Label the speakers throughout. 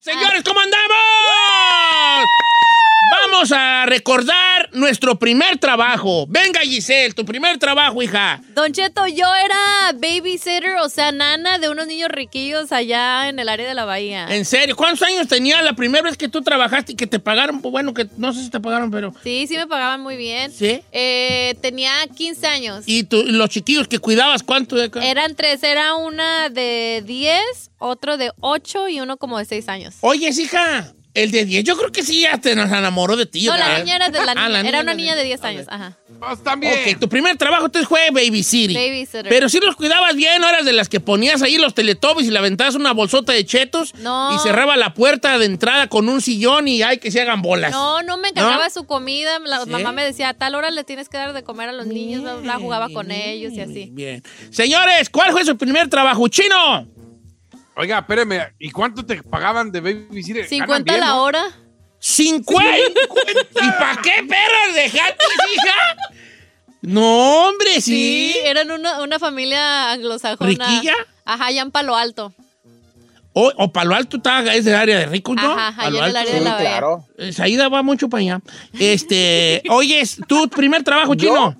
Speaker 1: Señores, ¿cómo andamos? Vamos a recordar nuestro primer trabajo. Venga, Giselle, tu primer trabajo, hija.
Speaker 2: Don Cheto, yo era babysitter, o sea, nana de unos niños riquillos allá en el área de la bahía.
Speaker 1: En serio, ¿cuántos años tenías la primera vez que tú trabajaste y que te pagaron? Pues Bueno, que no sé si te pagaron, pero...
Speaker 2: Sí, sí me pagaban muy bien.
Speaker 1: ¿Sí?
Speaker 2: Eh, tenía 15 años.
Speaker 1: ¿Y tú- los chiquillos que cuidabas cuánto? De...
Speaker 2: Eran tres, era una de 10, otro de 8 y uno como de 6 años.
Speaker 1: Oyes, hija, el de 10, yo creo que sí, ya te nos enamoró de ti.
Speaker 2: No, la
Speaker 1: ¿verdad?
Speaker 2: niña era de la
Speaker 1: Ah,
Speaker 2: niña. Era una
Speaker 1: de-
Speaker 2: niña de 10 años, ajá.
Speaker 1: Ok, tu primer trabajo entonces fue Baby City.
Speaker 2: Babysitter.
Speaker 1: Pero si los cuidabas bien, no eras de las que ponías ahí los teletubbies y le aventabas una bolsota de chetos
Speaker 2: No.
Speaker 1: y cerraba la puerta de entrada con un sillón y ay que se hagan bolas.
Speaker 2: No, no me encargaba
Speaker 1: ¿No?
Speaker 2: su comida. La
Speaker 1: ¿Sí?
Speaker 2: mamá me decía, a tal hora le tienes que dar de comer a los niños. bla, bla, bla, jugaba con ellos y así.
Speaker 1: Bien. Señores, ¿cuál fue su primer trabajo chino?
Speaker 3: Oiga, espéreme, ¿y cuánto te pagaban de babysitter?
Speaker 2: 50 la hora.
Speaker 1: 50. ¿Y para qué perras dejaste, hija? No, hombre, sí.
Speaker 2: Sí, eh. eran una, una familia anglosajona.
Speaker 1: ¿Riquilla?
Speaker 2: Ajá, allá en Palo Alto.
Speaker 1: O, o Palo Alto está, es del área de ricos, ¿no?
Speaker 2: Ajá, allá
Speaker 1: Palo
Speaker 2: en el
Speaker 1: Alto.
Speaker 2: área de la Bahía.
Speaker 1: Eh, Saída va mucho para allá. Este, oye, tu primer trabajo chino.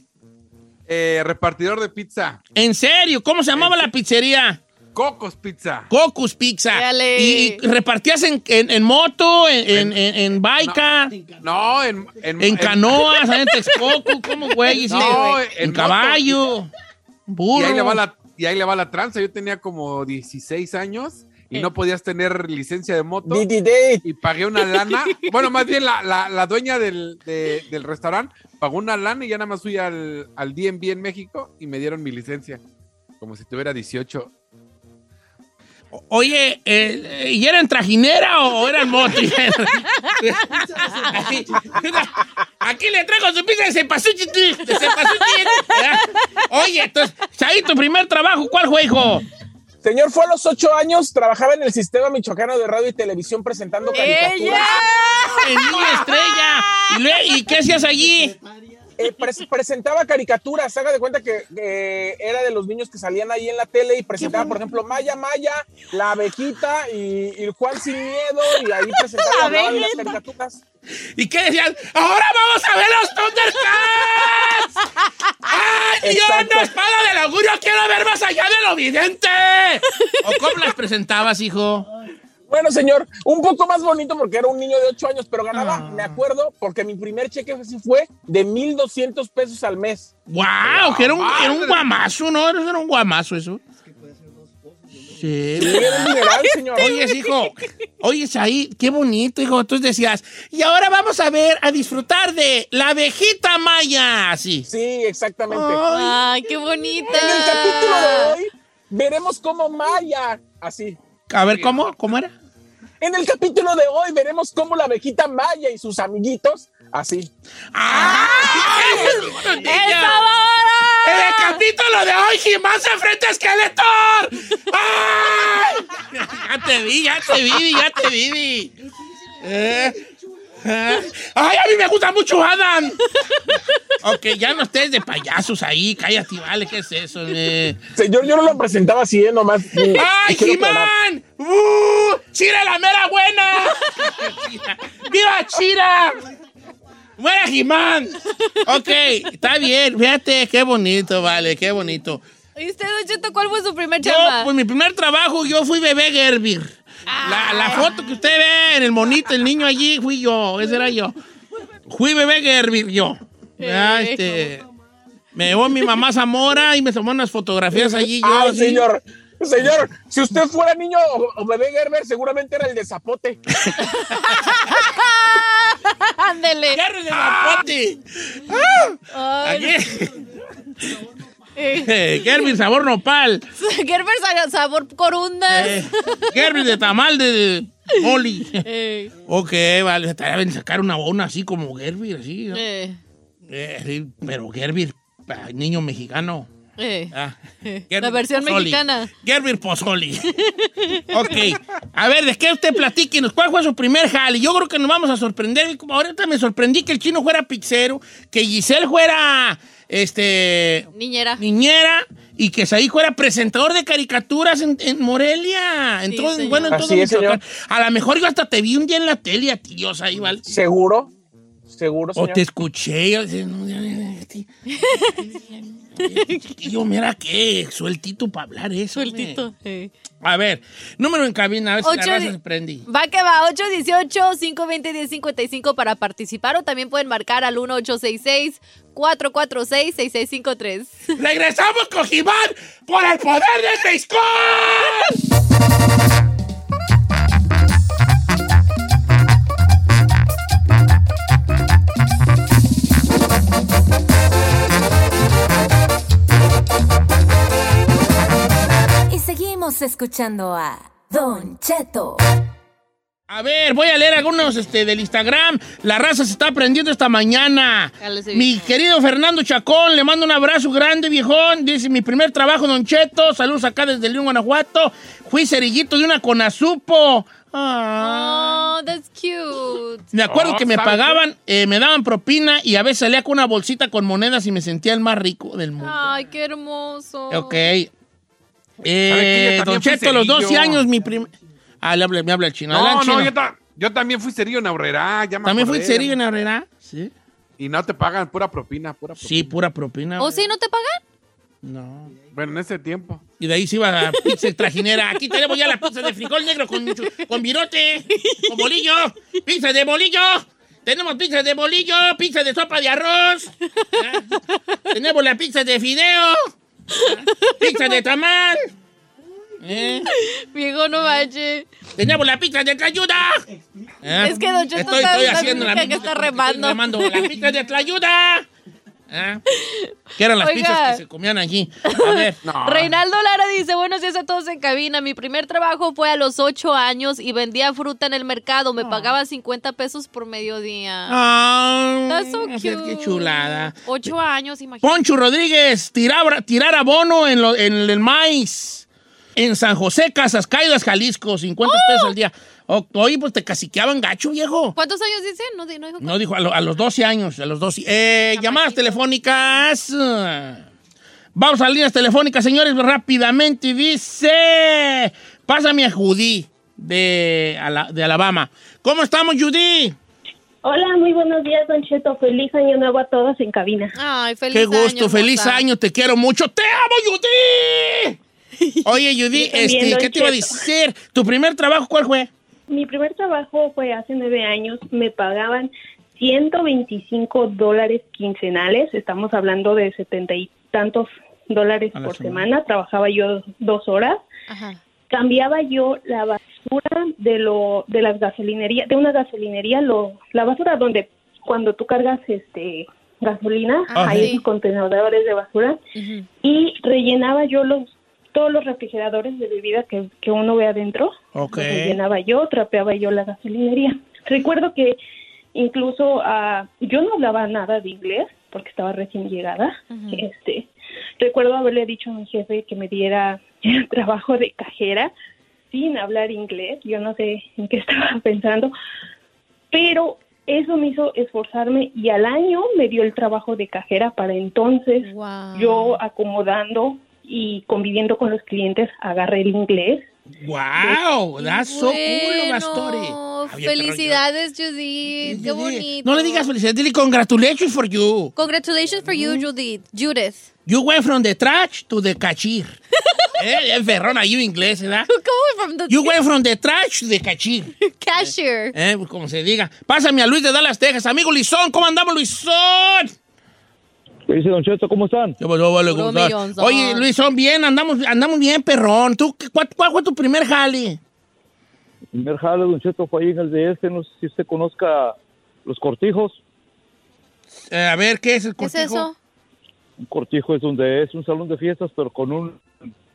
Speaker 3: Eh, repartidor de pizza.
Speaker 1: ¿En serio? ¿Cómo se llamaba la pizzería?
Speaker 3: Cocos Pizza.
Speaker 1: Cocus Pizza.
Speaker 2: Dale.
Speaker 1: Y, y repartías en, en- en moto, en, en, en- en baica,
Speaker 3: No, en... En,
Speaker 1: en canoas, en Texcoco, ¿cómo, güey?
Speaker 3: No,
Speaker 1: Sí, güey.
Speaker 3: en
Speaker 1: en
Speaker 3: moto.
Speaker 1: caballo,
Speaker 3: Y
Speaker 1: burro.
Speaker 3: ahí, le va la, y ahí le va la tranza. Yo tenía como 16 años y
Speaker 2: Eh.
Speaker 3: no podías tener licencia de moto.
Speaker 4: DDD.
Speaker 3: Y pagué una lana. bueno, más bien la, la- la dueña del, de- del restaurante pagó una lana y ya nada más fui al, al DMV en México y me dieron mi licencia. Como si tuviera 18.
Speaker 1: Oye, eh, ¿y era en trajinera o era en moto? Aquí le traigo su pizza de cepasuchi. De cepasuchi. Oye, entonces, ahí tu primer trabajo, ¿cuál fue, hijo?
Speaker 4: Señor, fue a los ocho años, trabajaba en el sistema michoacano de radio y televisión presentando caricaturas.
Speaker 1: En Niña Estrella. ¿Y, lue- ¿Y qué hacías allí?
Speaker 4: Eh, pres- presentaba caricaturas, haga de cuenta que eh, era de los niños que salían ahí en la tele y presentaba, por ejemplo, Maya Maya, La Abejita y, y Juan Sin Miedo, y ahí presentaba y hablaba de las caricaturas.
Speaker 1: ¿Y qué decías? ¡Ahora vamos a ver los Thundercats! ¡Ay, yo en
Speaker 4: Exacto.
Speaker 1: la espada del augurio quiero ver más allá de lo vidente! ¿O cómo las presentabas, hijo?
Speaker 4: Bueno, señor, un poco más bonito porque era un niño de ocho años, pero ganaba, me acuerdo, porque mi primer cheque así fue de 1,200 pesos al mes.
Speaker 1: ¡Wow! Que era un,
Speaker 3: madre.
Speaker 1: era un guamazo, ¿no? Era un guamazo eso. Sí.
Speaker 4: Y era un dineral, señor.
Speaker 1: Oyes, hijo. Oyes ahí, qué bonito, hijo. Tú decías, y ahora vamos a ver, a disfrutar de la abejita maya. Así.
Speaker 4: Sí, exactamente.
Speaker 2: Ay, qué bonita.
Speaker 4: En el capítulo de hoy veremos cómo Maya, así.
Speaker 1: A ver, ¿cómo? ¿Cómo era?
Speaker 4: En el capítulo de hoy veremos cómo la abejita Maya y sus amiguitos, así.
Speaker 1: ¡Ah!
Speaker 2: ¡Esa va
Speaker 1: En el capítulo de hoy, Jimán se enfrenta a Skeletor. ¡Ay! Ya te vi, ya te vi, ya te vi. Eh, eh. ¡Ay, a mí me gusta mucho Adam! ok, ya no estés de payasos ahí, cállate, vale, ¿qué es eso? eh?
Speaker 4: Señor, yo no lo presentaba así, ¿eh? nomás.
Speaker 1: ¡Ay,
Speaker 4: Quiero aclarar.
Speaker 1: Jimán! ¡Uh! ¡Chira la mera buena! ¡Viva Chira! ¡Muera Jimán! Ok, está bien, fíjate, qué bonito, vale, qué bonito.
Speaker 2: ¿Y usted, Don Cheto, cuál fue su primer
Speaker 1: Yo,
Speaker 2: chamba?
Speaker 1: pues mi primer trabajo, yo fui bebé Gerber. La, la foto que usted ve en el monito, el niño allí, fui yo, ese era yo. Fui bebé Gerber, yo. Ya, este, me llevó mi mamá Zamora y me tomó unas fotografías allí yo.
Speaker 4: Ay,
Speaker 1: así.
Speaker 4: señor. Señor, si usted fuera niño o, o bebé Gerber, seguramente era el de Zapote.
Speaker 2: Ándele.
Speaker 4: Ah.
Speaker 1: ¡Gerber de Zapote!
Speaker 2: Ay,
Speaker 1: Aquí.
Speaker 2: eh,
Speaker 1: Gerber sabor nopal.
Speaker 2: Gerber sa- sabor corundas.
Speaker 1: Eh, Gerber de tamal de Oli.
Speaker 2: Eh,
Speaker 1: Ok, vale, estaría bien sacar una bona así como Gerber, así. ¿no?
Speaker 2: eh,
Speaker 1: Eh, sí, pero Gerber, pa, niño mexicano.
Speaker 2: eh.
Speaker 1: Ah,
Speaker 2: La versión mexicana.
Speaker 1: Gerber Pozoli. ok. A ver, ¿de qué usted platíquenos? ¿Cuál fue su primer jale? Yo creo que nos vamos a sorprender. Como ahorita me sorprendí que el chino fuera pizzero, que Giselle fuera este
Speaker 2: Niñera.
Speaker 1: niñera y que Saí fuera presentador de caricaturas en, en Morelia. En
Speaker 2: Sí,
Speaker 1: todo-
Speaker 2: señor.
Speaker 1: bueno, en
Speaker 4: Así
Speaker 1: todo
Speaker 4: es, señor.
Speaker 1: Michoacán. A lo mejor yo hasta te vi un día en la tele a ti, yo, Saí, ¿vale?
Speaker 4: Seguro. Seguro,
Speaker 1: O
Speaker 4: señor.
Speaker 1: Oh, te escuché, yo decía, no, ya, ya, ya, este- este chiquillo, mira qué sueltito para hablar eso. hombre.
Speaker 2: Sueltito. eh.
Speaker 1: A ver, número en cabina, a ver si
Speaker 2: Ocho
Speaker 1: la
Speaker 2: di-
Speaker 1: raza se prendí.
Speaker 2: Va que va, 818-520-1055 para participar o también pueden marcar al 1866-446-6653.
Speaker 1: ¡Regresamos con Jimán por el poder de Seiscón!
Speaker 5: Y seguimos escuchando a Don Cheto.
Speaker 1: A ver, voy a leer algunos este, del Instagram. La raza se está aprendiendo esta mañana.
Speaker 2: Dale, sí.
Speaker 1: Mi querido Fernando Chacón, le mando un abrazo grande, viejón. Dice, mi primer trabajo, Don Cheto. Saludos acá desde León, Guanajuato. Fui cerillito de una conazupo. Ah.
Speaker 2: Oh, that's cute.
Speaker 1: Me acuerdo
Speaker 3: Oh,
Speaker 1: que me
Speaker 3: ¿sabe qué?
Speaker 1: pagaban, eh, me daban propina y a veces salía con una bolsita con monedas y me sentía el más rico del mundo.
Speaker 2: Ay, qué hermoso.
Speaker 1: Ok.
Speaker 3: qué?
Speaker 1: Eh,
Speaker 3: Yo
Speaker 1: don
Speaker 3: también fui
Speaker 1: Cheto, a los 12
Speaker 3: cerillo.
Speaker 1: años, mi primer... Ah, le habla- me habla el chino.
Speaker 3: No,
Speaker 1: Adelante,
Speaker 3: no,
Speaker 1: chino.
Speaker 3: yo, ta- yo también fui cerillo en Aurrera. Ya me
Speaker 1: ¿También fui
Speaker 3: acordé.
Speaker 1: serio en Herrera? Sí.
Speaker 3: Y no te pagan pura propina, pura propina.
Speaker 1: Sí, pura propina.
Speaker 2: ¿O sí no te pagan?
Speaker 1: No.
Speaker 3: Bueno, en ese tiempo.
Speaker 1: Y de ahí se iba a pizza trajinera. Aquí tenemos ya la pizza de frijol negro con, chu- con virote, con bolillo, pizza de bolillo. Tenemos pizza de bolillo, pizza de sopa de arroz. ¿Ah? Tenemos la pizza de fideo, ¿Ah? pizza de tamal. ¿Eh?
Speaker 2: Viejo, no manches.
Speaker 1: Tenemos la pizza de tlayuda. ¿Ah?
Speaker 2: Es que Don Cheto
Speaker 1: estoy,
Speaker 2: está-
Speaker 1: estoy
Speaker 2: está
Speaker 1: haciendo la
Speaker 2: bien que
Speaker 1: misma
Speaker 2: está
Speaker 1: cosa que estoy
Speaker 2: remando.
Speaker 1: remando. La pizza de tlayuda. ¿Ah? Que eran las
Speaker 2: Oiga.
Speaker 1: pizzas que se comían allí. A ver.
Speaker 3: No.
Speaker 2: Reinaldo Lara dice, buenos días a todos en cabina. Mi primer trabajo fue a los 8 años y vendía fruta en el mercado. Me pagaban 50 pesos por mediodía.
Speaker 1: Ay,
Speaker 2: That's so
Speaker 1: mira,
Speaker 2: cute.
Speaker 1: Qué chulada.
Speaker 2: 8 años, imagínate.
Speaker 1: Poncho Rodríguez, tirar, tirar abono en, lo- en el maíz. En San José, Casas Caídas, Jalisco, 50
Speaker 2: ¡Oh!
Speaker 1: pesos al día. O- oye, pues te caciqueaban gacho, viejo.
Speaker 2: ¿Cuántos años dice? No, di- no dijo
Speaker 1: No, dijo a, lo- a los 12 años, a los 12. Eh, llamadas telefónicas. Vamos a líneas telefónicas, señores, rápidamente. Dice, pásame a Judy de, Ala- de Alabama. ¿Cómo estamos, Judy?
Speaker 6: Hola, muy buenos días, Don Cheto. Feliz año nuevo a todos en cabina.
Speaker 2: Ay, feliz
Speaker 1: Qué gusto,
Speaker 2: año,
Speaker 1: feliz
Speaker 2: hermosa.
Speaker 1: año, te quiero mucho, te amo, Judy. Oye, Judy,
Speaker 6: Yo también,
Speaker 1: este,
Speaker 6: Don
Speaker 1: ¿qué te iba a
Speaker 6: Cheto.
Speaker 1: decir? ¿Tu primer trabajo cuál fue?
Speaker 6: Mi primer trabajo fue hace nueve años. Me pagaban 125 dólares quincenales. Estamos hablando de setenta y tantos dólares
Speaker 1: A la
Speaker 6: por
Speaker 1: semana.
Speaker 6: semana. Trabajaba yo dos horas.
Speaker 2: Ajá.
Speaker 6: Cambiaba yo la basura de lo de las gasolinerías, de una gasolinería, lo, la basura donde cuando tú cargas este gasolina,
Speaker 2: Ajá.
Speaker 6: hay
Speaker 2: Sí.
Speaker 6: esos contenedores de basura.
Speaker 2: Ujú.
Speaker 6: y rellenaba yo los todos los refrigeradores de bebida que, que uno ve adentro.
Speaker 1: Ok.
Speaker 6: Los rellenaba yo, trapeaba yo la gasolinería. Recuerdo que incluso ah, yo no hablaba nada de inglés porque estaba recién llegada. Este, recuerdo haberle dicho a mi jefe que me diera el trabajo de cajera sin hablar inglés. Yo no sé en qué estaba pensando, pero eso me hizo esforzarme y al año me dio el trabajo de cajera para entonces
Speaker 2: Wow.
Speaker 6: yo acomodando y conviviendo con los clientes, agarré el inglés.
Speaker 1: ¡Wow! ¡That's so cool,
Speaker 2: Bueno,
Speaker 1: Bastore! Ah, bien,
Speaker 2: Felicidades,
Speaker 1: perro,
Speaker 2: Judith.
Speaker 1: yo-
Speaker 2: Qué
Speaker 1: Judy,
Speaker 2: bonito.
Speaker 1: No le digas felicidades, dile congratulations for you.
Speaker 2: Congratulations for you, Judith. Judith.
Speaker 1: You went from the trash to the cachir. Eh, es ferrón ahí en inglés, ¿verdad?
Speaker 2: You're going from the
Speaker 1: You went from the trash to the cachín.
Speaker 2: cashier.
Speaker 1: Eh, pues como se diga. Pásame a Luis de Dallas, Texas. Amigo Luisón, ¿cómo andamos, Luisón?
Speaker 7: ¿Qué dice Don Cheto? ¿Cómo están?
Speaker 1: Yo, yo, vale,
Speaker 2: Puro
Speaker 1: ¿cómo estás?
Speaker 2: millonzón.
Speaker 1: Oye, Luisón, bien, andamos, andamos bien, perrón. ¿Tú, qué- cuál, cuál fue tu primer jale?
Speaker 7: Mi primer jale, Don Cheto, fue ahí en el de este. No sé si usted conozca los cortijos.
Speaker 1: Eh, a ver, ¿qué es el
Speaker 2: ¿Qué es
Speaker 1: cortijo?
Speaker 2: eso?
Speaker 7: Un cortijo es donde es un salón de fiestas, pero con un,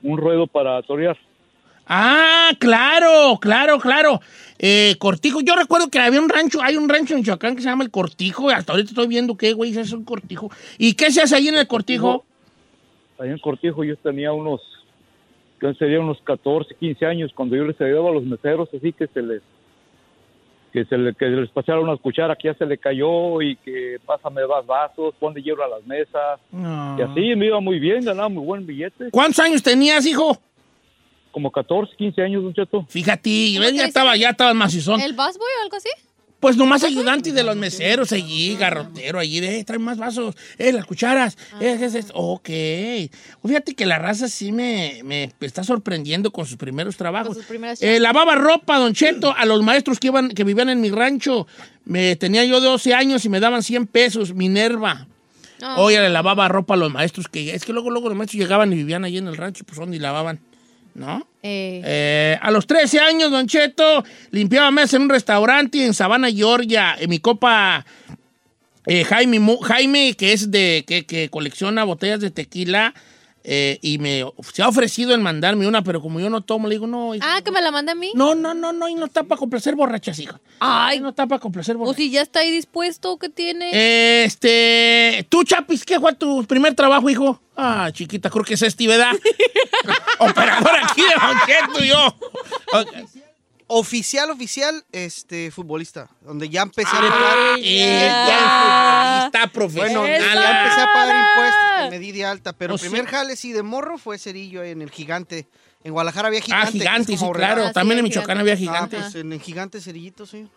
Speaker 7: un ruedo para torear.
Speaker 1: Ah, claro, claro, claro. Eh, cortijo, yo recuerdo que había un rancho, hay un rancho en Michoacán que se llama El Cortijo. y Hasta ahorita estoy viendo qué, güey, es un cortijo. ¿Y qué se hace ahí en El Cortijo?
Speaker 7: Ahí en el cortijo yo tenía unos, que sería unos 14, 15 años, cuando yo les ayudaba a los meseros, así que se les que se, le- que les pasara una cuchara que ya se le cayó y que pásame más vasos, ponle hierro a las mesas.
Speaker 1: No.
Speaker 7: Y así me iba muy bien, ganaba muy buen billete.
Speaker 1: ¿Cuántos años tenías, hijo?
Speaker 7: Como 14, 15 años, Don Cheto.
Speaker 1: Fíjate, ves,
Speaker 2: te
Speaker 1: ya
Speaker 2: dicen?
Speaker 1: estaba, ya estaba el macizón.
Speaker 2: ¿El busboy o algo así?
Speaker 1: Pues nomás ayudante de los meseros allí, garrotero allí, de, eh, trae más vasos, eh, las cucharas,
Speaker 2: Ah.
Speaker 1: eh, es, es- ok. Fíjate que la raza sí me, me está sorprendiendo con sus primeros trabajos.
Speaker 2: Con sus primeras
Speaker 1: Eh, lavaba ropa, don Cheto, a los maestros que, iban, que vivían en mi rancho. Me, tenía yo 12 años y me daban 100 pesos, Minerva.
Speaker 2: Ah.
Speaker 1: Oye, le lavaba ropa a los maestros que... Es que luego, luego los maestros llegaban y vivían allí en el rancho, pues son y lavaban, ¿no?
Speaker 2: Eh,
Speaker 1: Eh, a los 13 años, Don Cheto, limpiaba mesas en un restaurante en Savannah, Georgia. Eh, mi copa eh, Jaime, Mu- Jaime, que es de que, que colecciona botellas de tequila, eh, y me se ha ofrecido en mandarme una, pero como yo no tomo, le digo, no, hijo,
Speaker 2: ah, que me la manda a mí.
Speaker 1: no, no, no, no, y no está para complacer borrachas, hijo.
Speaker 2: Ay, Pues
Speaker 1: No Eh, está para complacer
Speaker 2: o
Speaker 1: borrachas.
Speaker 2: si ya está ahí dispuesto, ¿qué tiene?
Speaker 1: Este, tú, Chapis, ¿qué fue tu primer trabajo, hijo? Ah, chiquita, creo que es este, ¿verdad? Operador aquí de Don Cheto, yo. Ok.
Speaker 8: Oficial, oficial, este, futbolista. Donde ya empecé a
Speaker 1: Ah,
Speaker 8: pagar,
Speaker 1: ella está profesional.
Speaker 8: bueno,
Speaker 4: Ah,
Speaker 8: ya empecé a pagar impuestos, me di de alta. Pero
Speaker 1: O
Speaker 8: el primer jale, sí, de morro fue Cerillo en el Gigante. En Guadalajara había
Speaker 1: ah,
Speaker 8: Gigante. que es
Speaker 1: gigante, sí,
Speaker 8: como
Speaker 1: claro.
Speaker 8: regalo.
Speaker 2: Ah, sí,
Speaker 1: También en
Speaker 2: gigante.
Speaker 1: Michoacán había
Speaker 8: Ah,
Speaker 1: gigantes.
Speaker 8: pues en el Gigante Cerillito, sí.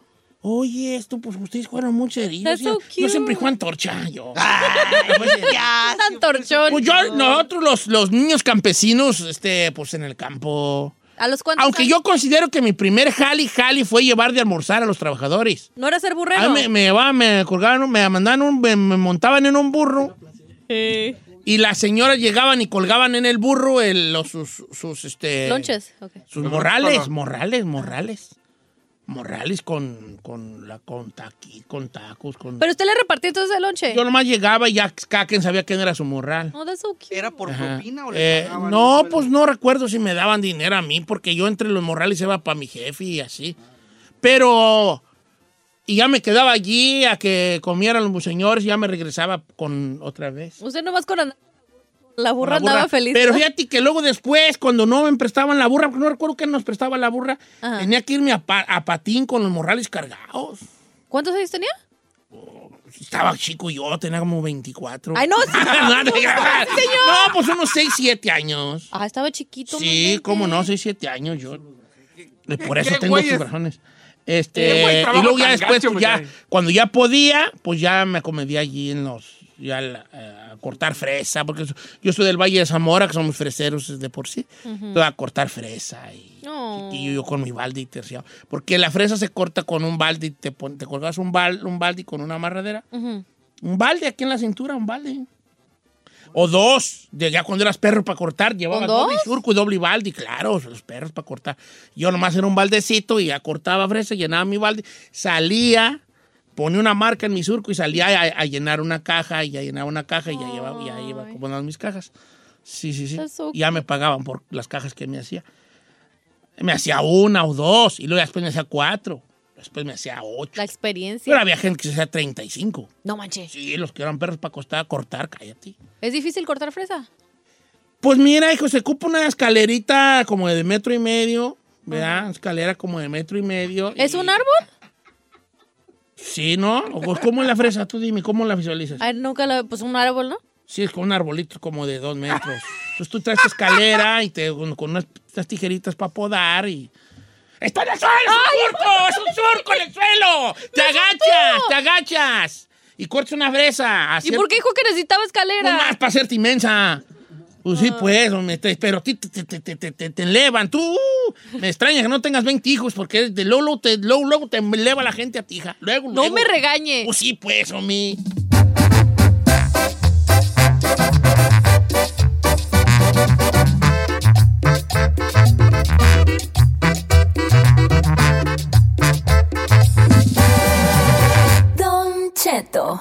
Speaker 1: Oye, esto, pues ustedes jugaron mucho heridos.
Speaker 2: That's so
Speaker 1: Yo
Speaker 2: cute.
Speaker 1: siempre juego antorcha, yo.
Speaker 8: Ya,
Speaker 2: Ah, Tan
Speaker 8: siempre-
Speaker 2: torchón.
Speaker 1: Pues yo, nosotros los, los niños campesinos, este, pues en el campo.
Speaker 2: ¿A los cuantos?
Speaker 1: Aunque yo considero que mi primer jali jali fue llevar de almorzar a los trabajadores.
Speaker 2: ¿No era ser
Speaker 1: Ah,
Speaker 2: burrero?
Speaker 1: me, me llevaban, me colgaban, me mandaban un- me, me montaban en un burro. Y las señoras llegaban y colgaban en el burro el- los, sus, sus, este,
Speaker 2: Lonches. ok.
Speaker 1: sus
Speaker 3: Los
Speaker 1: morrales,
Speaker 3: lonches para-
Speaker 1: morrales, morrales. Morrales con, con, la, con, taqui- con tacos, con...
Speaker 2: Pero usted le repartió entonces el lonche.
Speaker 1: Yo nomás llegaba y ya cada quien sabía quién era su morral.
Speaker 2: Oh, that's so cute.
Speaker 8: ¿Era por
Speaker 1: Ajá.
Speaker 8: propina o le
Speaker 1: Eh,
Speaker 8: pagaban?
Speaker 1: no,
Speaker 8: Bueno,
Speaker 1: pues no recuerdo si me daban dinero a mí, porque yo entre los morrales iba para mi jefe y así. Pero, y ya me quedaba allí a que comieran los señores y ya me regresaba con otra vez.
Speaker 2: Usted nomás con and- la burra
Speaker 1: Con la
Speaker 2: andaba feliz.
Speaker 1: Pero
Speaker 2: ¿no?
Speaker 1: fíjate que luego después, cuando no me prestaban la burra, porque no recuerdo que nos prestaba la burra,
Speaker 2: Ajá.
Speaker 1: tenía que irme a, pa- a patín con los morrales cargados.
Speaker 2: ¿Cuántos años tenía?
Speaker 1: Estaba chico yo, tenía como 24.
Speaker 2: Ay, no, sí.
Speaker 1: no, te creas. No, pues unos 6, 7 años.
Speaker 2: Ah, estaba chiquito.
Speaker 1: Sí,
Speaker 2: no
Speaker 1: cómo no,
Speaker 2: inventes.
Speaker 1: 6, 7 años yo. Y Por eso
Speaker 3: qué
Speaker 1: tengo
Speaker 3: güeyes?
Speaker 1: estos brazones.
Speaker 3: ¿Qué güey
Speaker 1: Este, y
Speaker 3: trabajo
Speaker 1: luego ya
Speaker 3: tan
Speaker 1: después,
Speaker 3: gacho,
Speaker 1: pues, ya,
Speaker 3: güey?
Speaker 1: cuando ya podía, pues ya me acomedí allí en los, ya la- eh, a cortar fresa, porque so- yo soy del Valle de Zamora, que somos freseros de por sí, Entonces, a cortar fresa y,
Speaker 2: Oh.
Speaker 1: y yo, yo con mi balde y terciado, porque la fresa se corta con un balde y te, pon- te colgas un, bal, un balde con una amarradera,
Speaker 2: Ujú.
Speaker 1: un balde aquí en la cintura, un balde. O dos, de ya cuando eras perro para cortar, llevaba
Speaker 2: ¿Con dos?
Speaker 1: doble surco y doble balde, claro, los perros para cortar. Yo nomás era un baldecito y ya cortaba fresa, llenaba mi balde, salía, ponía una marca en mi surco y salía a, a llenar una caja y ya llenaba una caja y ya llevaba, ya iba
Speaker 2: Ay.
Speaker 1: acomodando mis cajas. Sí, sí, sí.
Speaker 2: That's so
Speaker 1: Y ya me pagaban por las cajas que me hacía. Me hacía una o dos y luego después me hacía cuatro, después me hacía ocho.
Speaker 2: La experiencia.
Speaker 1: Pero había gente que se hacía 35.
Speaker 2: No manches.
Speaker 1: Sí, los que eran perros para costar, cortar, cállate.
Speaker 2: ¿Es difícil cortar fresa?
Speaker 1: Pues mira, hijo, se ocupa una escalerita como de metro y medio, ¿verdad? Escalera como de metro y medio.
Speaker 2: ¿Es
Speaker 1: y-
Speaker 2: un árbol?
Speaker 1: Sí, ¿no? O pues, ¿Cómo es la fresa? Tú dime, ¿cómo la visualizas?
Speaker 2: Ay, nunca la... Pues un árbol, ¿no?
Speaker 1: Sí, es con un arbolito como de dos metros. Entonces tú traes tu escalera y te, con, con unas, unas tijeritas para podar y... ¡Está en el suelo! ¡Es un surco! ¡Es un surco en el suelo! ¡Te agachas! ¡Te agachas! Y cortas una fresa.
Speaker 2: ¿Y por qué dijo que necesitaba escalera?
Speaker 1: más para hacerte inmensa. Pues sí, pues, hombre, te- pero ti- te, te, te, te, te, te- te elevan. Tú, uh, me extraña que no tengas 20 hijos porque de luego, luego te, luego, luego te eleva la gente a ti, hija. Luego,
Speaker 2: No
Speaker 1: luego.
Speaker 2: me regañe.
Speaker 1: Pues sí, pues, hombre.
Speaker 5: Don Cheto.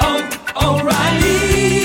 Speaker 9: oh, O'Reilly.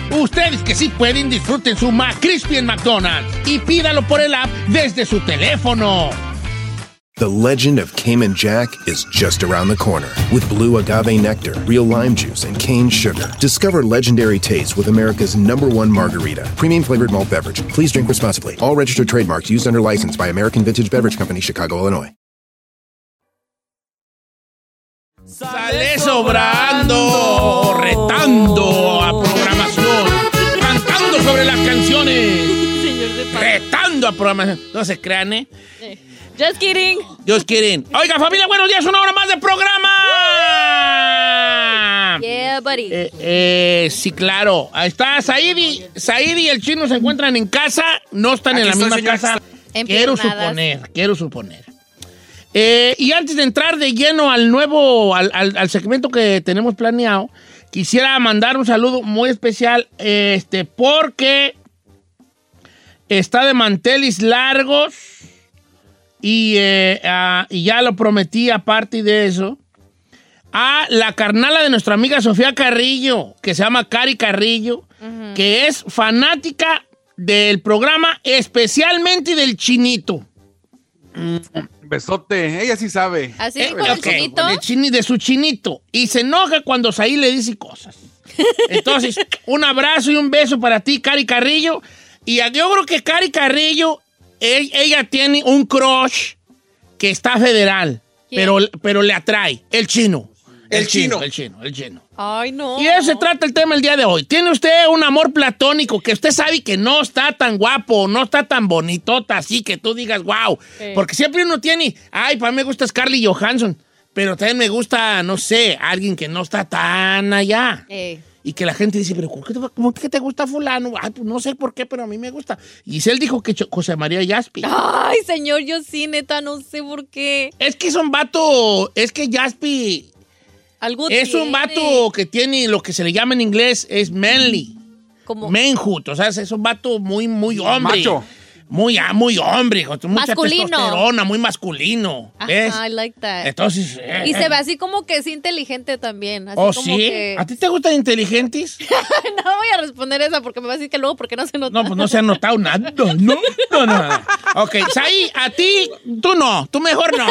Speaker 1: Ustedes que sí pueden, disfruten su McCrispy en McDonald's y pídalo por el app desde su teléfono.
Speaker 10: The legend of Cayman Jack is just around the corner. With blue agave nectar, real lime juice, and cane sugar. Discover legendary taste with America's number one margarita. Premium flavored malt beverage. Please drink responsibly. All registered trademarks used under license by American Vintage Beverage Company, Chicago, Illinois.
Speaker 1: Sale sobrando, retando a programación, cantando sobre las canciones, retando a programación. No se crean, ¿eh?
Speaker 2: Just kidding.
Speaker 1: Dios quieren. Oiga, familia, buenos días, una hora más de programa.
Speaker 2: Yeah, buddy.
Speaker 1: Eh, eh, sí, claro. Ahí está Saidi. Saidi y el chino se encuentran en casa. No están en la
Speaker 11: Aquí estoy,
Speaker 1: misma
Speaker 11: señor.
Speaker 1: casa. Quiero
Speaker 2: Empiernadas.
Speaker 1: suponer, quiero suponer. Eh, y antes de entrar de lleno al nuevo, al, al- al segmento que tenemos planeado, quisiera mandar un saludo muy especial, eh, este, porque está de mantelis largos y, eh, ah, y ya lo prometí aparte de eso, a la carnala de nuestra amiga Sofía Carrillo, que se llama Cari Carrillo, que es fanática del programa, especialmente del chinito.
Speaker 3: Besote, ella sí sabe.
Speaker 2: Así, con el
Speaker 1: Eh, ok,
Speaker 2: chinito.
Speaker 1: De, chini- de su chinito. Y se enoja cuando Saí le dice cosas. Entonces, un abrazo y un beso para ti, Cari Carrillo. Y a- yo creo que Cari Carrillo, e- ella tiene un crush que está federal, pero, pero le atrae. El chino. El, chino. El chino, el chino.
Speaker 2: Ay, no.
Speaker 1: Y de eso se trata el tema el día de hoy. ¿Tiene usted un amor platónico que usted sabe que no está tan guapo, no está tan bonitota, así que tú digas, wow?
Speaker 12: Sí.
Speaker 1: Porque siempre uno tiene, ay, para mí me gusta Scarlett Johansson, pero también me gusta, no sé, alguien que no está tan allá.
Speaker 2: Eh.
Speaker 1: Y que la gente dice, pero ¿por qué te, por qué te gusta fulano? Ay, pues no sé por qué, pero a mí me gusta. Y él dijo que Cho- José María Yaspi.
Speaker 2: Ay, señor, yo sí, neta, no sé por qué.
Speaker 1: Es que es un vato, es que Jaspi
Speaker 2: Algo
Speaker 1: es
Speaker 2: tiene.
Speaker 1: un vato que tiene lo que se le llama en inglés es manly.
Speaker 2: Como
Speaker 1: Manhood, o sea, es un vato muy, muy hombre.
Speaker 3: Macho.
Speaker 1: Muy, ah, muy hombre, hijo. Mucha
Speaker 2: Masculino.
Speaker 1: testosterona, muy masculino. ¿Ves?
Speaker 2: Ajá, I like that.
Speaker 1: Entonces, eh,
Speaker 2: y se ve así como que es inteligente también. Así
Speaker 1: ¿Oh,
Speaker 2: como
Speaker 1: sí?
Speaker 2: que-
Speaker 1: ¿A ti te gustan inteligentes?
Speaker 2: no voy a responder esa porque me va a decir que luego porque no se nota.
Speaker 1: No, pues no se ha notado nada. No, no, no. no. Ok, Sai, a ti, tú no, tú mejor no.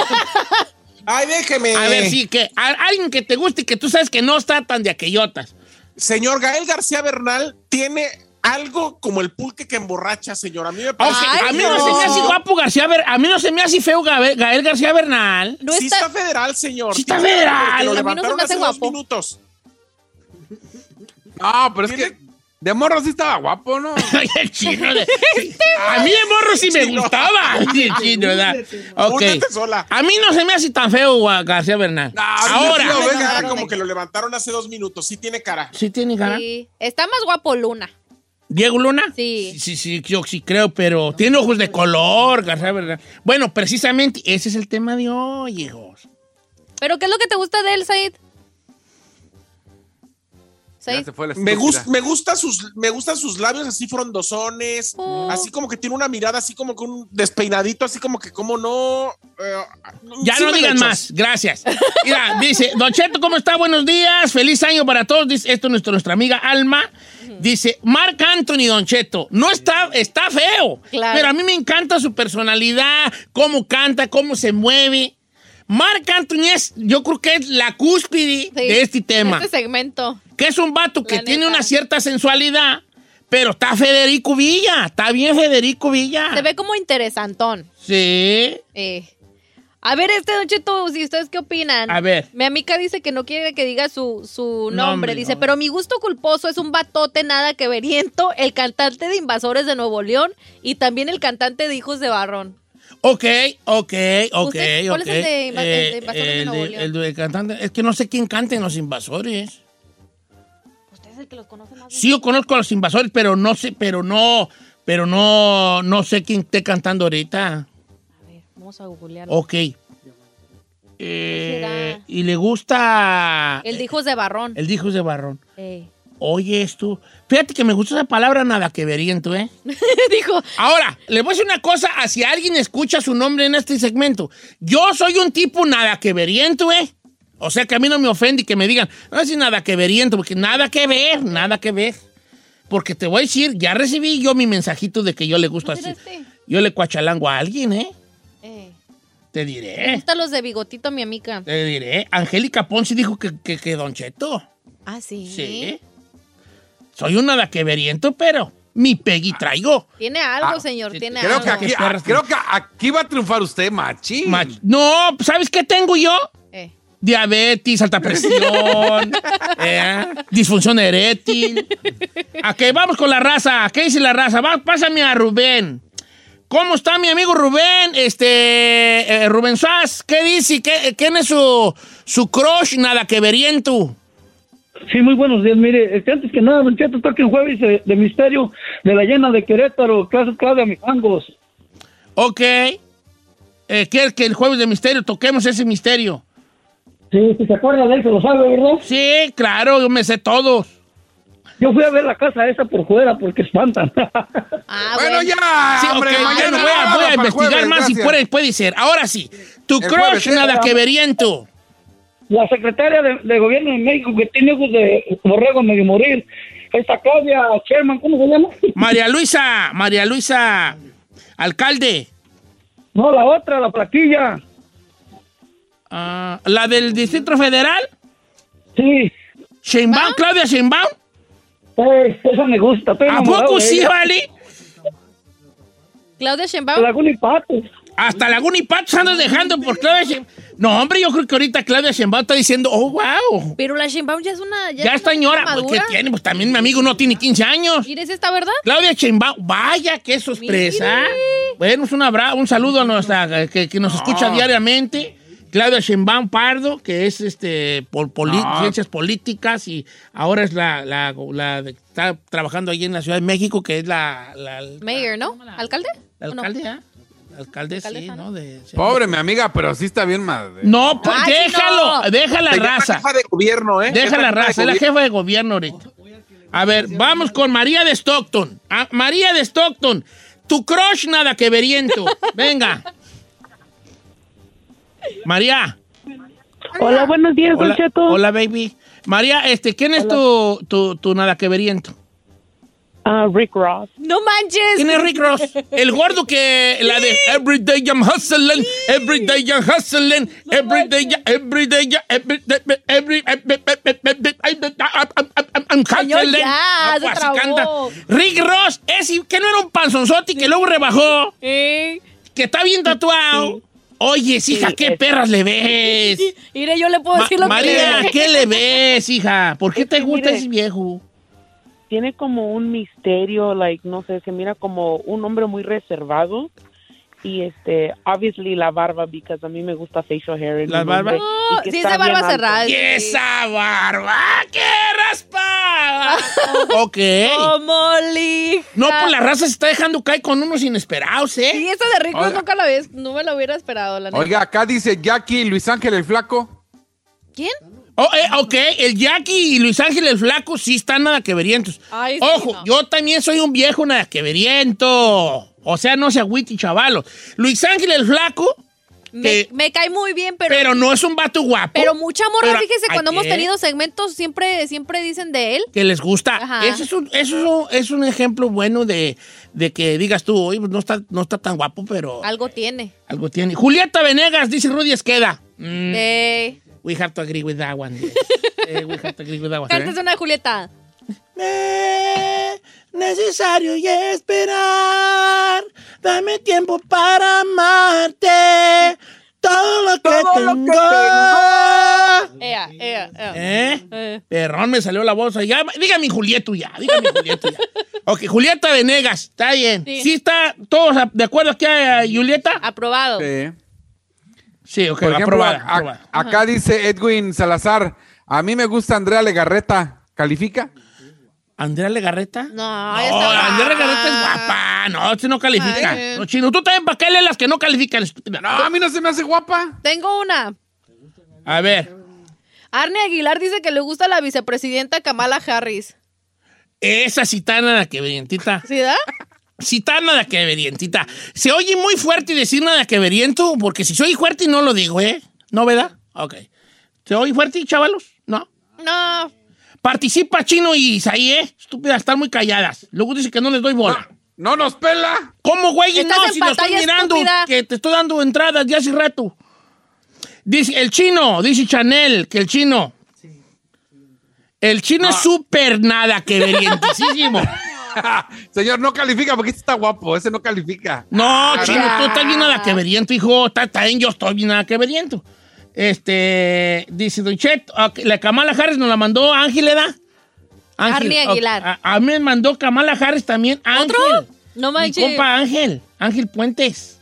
Speaker 11: Ay, déjeme.
Speaker 4: Eh.
Speaker 1: A ver, sí, que a- alguien que te guste y que tú sabes que no está tan de aquellotas.
Speaker 11: Señor Gael García Bernal tiene algo como el pulque que emborracha, señor. A mí me
Speaker 1: Ok,
Speaker 11: parece.
Speaker 1: a mí no. se me hace guapo García Ber- a mí no se me hace feo Gabe- Gael García Bernal.
Speaker 11: Sí está federal, señor.
Speaker 1: Sí está
Speaker 11: Tiene algo
Speaker 1: federal.
Speaker 11: porque Lo
Speaker 1: A mí no se me
Speaker 11: levantaron
Speaker 1: hace
Speaker 11: hace
Speaker 1: guapo.
Speaker 11: dos minutos.
Speaker 3: No, pero es que de morro sí estaba guapo, ¿no?
Speaker 1: el chino de- A mí de morro sí me gustaba. Sí, el chino, ¿verdad? Ok.
Speaker 11: Únete sola.
Speaker 1: A mí no se me hace tan feo Gua- García Bernal. Ahora.
Speaker 11: Tiene cara como que lo levantaron hace dos minutos. Sí tiene cara.
Speaker 1: Sí tiene cara.
Speaker 2: Sí. Está más guapo Luna.
Speaker 1: ¿Diego Luna?
Speaker 2: Sí.
Speaker 1: Sí, sí, yo sí creo, pero tiene ojos de color, García Bernal. Bueno, precisamente ese es el tema de hoy, hijos.
Speaker 2: ¿Pero qué es lo que te gusta de él, Said? Said.
Speaker 11: me, gus- me gusta sus, me gustan sus labios así frondosones, así como que tiene una mirada así como que un despeinadito, así como que como no. eh,
Speaker 1: Ya
Speaker 11: sí
Speaker 1: no
Speaker 11: me
Speaker 1: digan
Speaker 11: lo
Speaker 1: más, gracias. Mira, dice, Don Cheto, ¿cómo está? Buenos días, feliz año para todos. Dice, esto es nuestra, nuestra amiga Alma. Dice, Mark Anthony, Don Cheto, no está, está feo,
Speaker 9: Claro.
Speaker 1: pero a mí me encanta su personalidad, cómo canta, cómo se mueve. Mark Anthony es, yo creo que es la cúspide de este tema.
Speaker 2: Este segmento.
Speaker 1: Que es un vato que tiene una cierta sensualidad, pero está Federico Villa, está bien Federico Villa.
Speaker 2: Se ve como interesantón.
Speaker 1: Sí.
Speaker 2: Eh. A ver, este Don Cheto, si ustedes qué opinan.
Speaker 1: A ver.
Speaker 2: Mi amiga dice que no quiere que diga su, su nombre.
Speaker 1: Nombre,
Speaker 2: dice, pero mi gusto culposo es un batote nada que veriento, el cantante de Invasores de Nuevo León y también el cantante de Hijos de Barrón.
Speaker 1: Ok, ok, ok,
Speaker 2: ¿Usted cuál
Speaker 1: ok.
Speaker 2: es
Speaker 1: Eh,
Speaker 2: el de inva- el de Invasores de
Speaker 1: el
Speaker 2: Nuevo León?
Speaker 1: el de cantante. Es que no sé quién canta en Los Invasores.
Speaker 2: Usted es el que los conoce más.
Speaker 1: Sí, yo conozco a Los Invasores, pero no sé, pero no, pero no, no sé quién esté cantando ahorita.
Speaker 2: Vamos a
Speaker 6: Oh,
Speaker 2: googlearlo.
Speaker 1: Ok. Eh, y le gusta
Speaker 2: El de Hijos de Eh. Barrón.
Speaker 1: el dijo de Barrón.
Speaker 2: Ey.
Speaker 1: Oye, esto. Fíjate que me gusta esa palabra nada que veriento, ¿eh?
Speaker 2: Dijo.
Speaker 1: Ahora, le voy a decir una cosa, a si alguien escucha su nombre en este segmento. Yo soy un tipo nada que veriento, ¿eh? O sea que a mí no me ofende que me digan, no es nada que veriento, porque nada que ver, nada que ver. Porque te voy a decir, ya recibí yo mi mensajito de que yo le gusto así. Yo le cuachalango a alguien, ¿eh?
Speaker 2: Eh.
Speaker 1: Te
Speaker 2: Me
Speaker 1: diré,
Speaker 2: gustan los de bigotito, mi amiga.
Speaker 1: te diré. Angélica Ponce dijo que, que, que Don Cheto.
Speaker 2: Ah, sí.
Speaker 1: Sí. Soy un nada que veriento, pero mi Peggy traigo.
Speaker 2: Tiene algo,
Speaker 3: Ah,
Speaker 2: señor. tiene
Speaker 3: Creo
Speaker 2: algo.
Speaker 3: que, aquí, ah, creo que aquí va a triunfar usted, machín.
Speaker 1: Mach- No, ¿sabes qué tengo yo?
Speaker 2: Eh.
Speaker 1: Diabetes, alta presión, eh, disfunción erétil. Ok, vamos con la raza. ¿Qué dice la raza? Va, pásame a Rubén. ¿Cómo está mi amigo Rubén? Este, eh, Rubén Suárez, ¿qué dice? ¿Qué, eh, ¿Quién es su, su crush? Nada que veriento.
Speaker 12: Sí, muy buenos días. Mire, este, antes que nada, Don Cheto, toque un jueves eh, de misterio de la llena de Querétaro, Casa Claudia Mijangos.
Speaker 1: Ok. Eh, ¿Quieres que el jueves de misterio toquemos ese misterio?
Speaker 12: Sí, si se acuerda de él, se lo sabe, ¿verdad?
Speaker 1: Sí, claro, yo me sé todos.
Speaker 12: Yo fui a ver la casa esa por fuera porque espantan.
Speaker 2: Ah,
Speaker 3: bueno, ya.
Speaker 1: Sí,
Speaker 3: hombre,
Speaker 1: ok,
Speaker 3: mañana
Speaker 1: bueno, voy a,
Speaker 3: nada
Speaker 1: voy a
Speaker 3: para el
Speaker 1: investigar
Speaker 3: jueves,
Speaker 1: más si
Speaker 3: gracias.
Speaker 1: puede, puede ser. Ahora sí, tu
Speaker 12: El
Speaker 1: crush
Speaker 12: jueves, ¿eh?
Speaker 1: nada que veriento.
Speaker 12: la secretaria de, de gobierno de México que tiene ojos de borrego medio morir, esta Claudia Sherman, ¿cómo se llama?
Speaker 1: María Luisa, María Luisa, alcalde.
Speaker 12: No, la otra, la plaquilla.
Speaker 1: Ah, ¿La del Distrito Federal?
Speaker 12: Sí.
Speaker 1: ¿Sheinbaum, Claudia Sheinbaum?
Speaker 12: Pues, esa me gusta. estoy
Speaker 1: ¿A
Speaker 12: enamorado
Speaker 1: poco
Speaker 12: de
Speaker 1: sí,
Speaker 12: ella.
Speaker 1: vale?
Speaker 2: Claudia Sheinbaum.
Speaker 12: Laguna y Patos.
Speaker 1: Hasta Laguna y Patos andas dejando por Claudia Sheinbaum. No, hombre, yo creo que ahorita Claudia Sheinbaum está diciendo, oh, wow.
Speaker 2: Pero la Sheinbaum ya es una...
Speaker 1: Ya
Speaker 2: es una
Speaker 1: está señora,
Speaker 2: madura.
Speaker 1: ¿qué tiene? Pues también mi amigo no tiene 15 años.
Speaker 2: Mire, ¿es esta, verdad?
Speaker 1: Claudia Sheinbaum, vaya, qué sorpresa. Bueno, es un, abra- un saludo a nuestra, eh, que, que nos escucha diariamente. Claudia Sheinbaum Pardo, que es este por poli-
Speaker 3: No.
Speaker 1: ciencias políticas y ahora es la, la- la de- está trabajando allí en la Ciudad de México, que es la, la- la
Speaker 2: Mayor, ¿no? ¿Alcalde?
Speaker 1: La
Speaker 2: ¿O no?
Speaker 1: alcaldía. alcalde, sí, ¿no? De-
Speaker 3: Pobre mi amiga, pero sí está bien madre.
Speaker 1: No, pues,
Speaker 3: Ay,
Speaker 1: déjalo,
Speaker 3: no.
Speaker 1: deja la
Speaker 3: Se llama
Speaker 1: raza.
Speaker 3: jefa de gobierno, ¿eh?
Speaker 1: Deja
Speaker 3: Es la
Speaker 1: la
Speaker 3: jefa de
Speaker 1: raza, es la
Speaker 3: gobierno.
Speaker 1: jefa de gobierno ahorita. A ver, vamos con María de Stockton. Ah, María de Stockton, Tu crush nada que veriento. Venga. María.
Speaker 6: Hola, buenos días, Don
Speaker 1: Hola,
Speaker 6: Cheto.
Speaker 1: hola, baby. María, este, ¿quién es tu, tu, tu nada que veriento?
Speaker 6: Ah, Rick Ross.
Speaker 2: ¡No manches!
Speaker 1: ¿Quién es Rick Ross? El gordo que la de Everyday I'm hustling, Everyday I'm hustling, Everyday, ya- Everyday, ya- Everyday, every- I'm hustling.
Speaker 2: ya,
Speaker 1: Algo
Speaker 2: se
Speaker 1: así canta.
Speaker 2: trabó.
Speaker 1: Rick Ross, ese que no era un panzonzote y que luego rebajó,
Speaker 2: Eh,
Speaker 1: que está bien tatuado. Oye, hija, qué perras le ves.
Speaker 2: mire, yo le puedo
Speaker 1: Ma-
Speaker 2: decir lo
Speaker 1: María,
Speaker 2: que
Speaker 1: ¿qué le ves, hija? ¿Por qué te gusta
Speaker 6: mire,
Speaker 1: ese viejo?
Speaker 6: Tiene como un misterio, like, no sé, se mira como un hombre muy reservado. Y este, obviously la barba, because a mí me gusta facial hair. en
Speaker 1: ¿La
Speaker 6: un
Speaker 1: barba?
Speaker 6: hombre, y que
Speaker 2: Oh, sí,
Speaker 6: está
Speaker 2: esa barba
Speaker 6: bien alto.
Speaker 2: cerrada,
Speaker 1: ¡Y esa barba que raspa! ok.
Speaker 2: Como lija.
Speaker 1: No, pues la raza se está dejando caer con unos inesperados, ¿eh?
Speaker 2: Y esa de Rick Ross
Speaker 3: Oiga.
Speaker 2: nunca la ves, no me la hubiera esperado, la neta.
Speaker 3: Oiga, acá dice Jackie Luis Ángel el Flaco.
Speaker 2: ¿Quién?
Speaker 1: Oh, eh, ok, el Jackie y Luis Ángel el Flaco sí están nada que verientos.
Speaker 2: Ay, sí,
Speaker 1: Ojo,
Speaker 2: no.
Speaker 1: yo también soy un viejo nada que veriento. O sea, no se agüite, chavalos. Luis Ángel el Flaco,
Speaker 2: Me,
Speaker 1: que-
Speaker 2: me cae muy bien, pero...
Speaker 1: pero, no es un vato guapo.
Speaker 2: pero mucha morra,
Speaker 1: Pero,
Speaker 2: fíjese,
Speaker 1: ¿a
Speaker 2: cuando hemos
Speaker 1: qué?
Speaker 2: tenido segmentos siempre, siempre dicen de él.
Speaker 1: que les gusta.
Speaker 2: Ajá.
Speaker 1: Ese es un, eso es un- es un ejemplo bueno de, de que digas tú, oye, pues no está, no está tan guapo, pero
Speaker 2: Algo tiene.
Speaker 1: algo tiene. Julieta Venegas, dice Rudy Esqueda. Mm,
Speaker 2: Eh,
Speaker 1: We have to agree with that one. yes. Eh, we have to agree with that one.
Speaker 2: Cantes una Julieta.
Speaker 1: Necesario y esperar. Dame tiempo para amarte. Todo lo que tengo.
Speaker 2: Ea, ea, ea.
Speaker 1: ¿Eh? Perrón, me salió la voz. Ya, dígame Julieto ya, dígame Julieto ya. Ok, Julieta Venegas, está bien. Sí, Ah.
Speaker 2: Sí.
Speaker 1: está, todos a- de acuerdo aquí a Julieta.
Speaker 2: Aprobado.
Speaker 3: Sí.
Speaker 1: Sí, ok,
Speaker 3: Por ejemplo,
Speaker 1: aprobada,
Speaker 3: a-
Speaker 1: aprobada.
Speaker 3: acá dice Edwin Salazar. A mí me gusta Andrea Legarreta. ¿Califica?
Speaker 1: ¿Andrea Legarreta? No,
Speaker 2: ahí está guapa.
Speaker 1: Andrea Legarreta es guapa. No, si no califica.
Speaker 2: Ay.
Speaker 1: No, chino, tú también, ¿para qué lees las que no califican? estúpida?
Speaker 3: No, Ah, a mí no se me hace guapa.
Speaker 2: Tengo una.
Speaker 1: A ver,
Speaker 2: Arne Aguilar dice que le gusta la vicepresidenta Kamala Harris.
Speaker 1: esa citana de que verientita.
Speaker 2: ¿Sí da?
Speaker 1: Citana de que verientita. Se oye muy fuerte decir nada que veriento, porque si soy fuerte no lo digo, ¿eh? ¿No, verdad? Ok. ¿Se oye fuerte, chavalos? No.
Speaker 2: No.
Speaker 1: Participa Chino y Isaí, ¿eh? Estúpidas, están muy calladas. Luego dice que no les doy bola.
Speaker 3: No nos pela.
Speaker 1: ¿Cómo, güey?
Speaker 2: Estás
Speaker 1: No,
Speaker 2: en
Speaker 1: si lo estoy
Speaker 2: pantalla,
Speaker 1: mirando,
Speaker 2: estúpida.
Speaker 1: que te estoy dando entradas ya hace rato. Dice, el chino, dice Chanel, que el chino. El chino es súper nada que verientisísimo.
Speaker 3: Señor, no califica porque este está guapo. Ese no califica.
Speaker 1: No, chino, tú estás bien nada que veriento, hijo. Está- está bien, yo estoy bien nada que veriento. Este, dice Don Chet, ok, la Kamala Harris nos la mandó Ángel, ¿verdad?
Speaker 2: Arnie
Speaker 1: ok,
Speaker 2: Aguilar.
Speaker 1: A, a mí me mandó Kamala Harris también. Ángel.
Speaker 2: No
Speaker 1: Mi
Speaker 2: manches.
Speaker 1: compa Ángel, Ángel Puentes.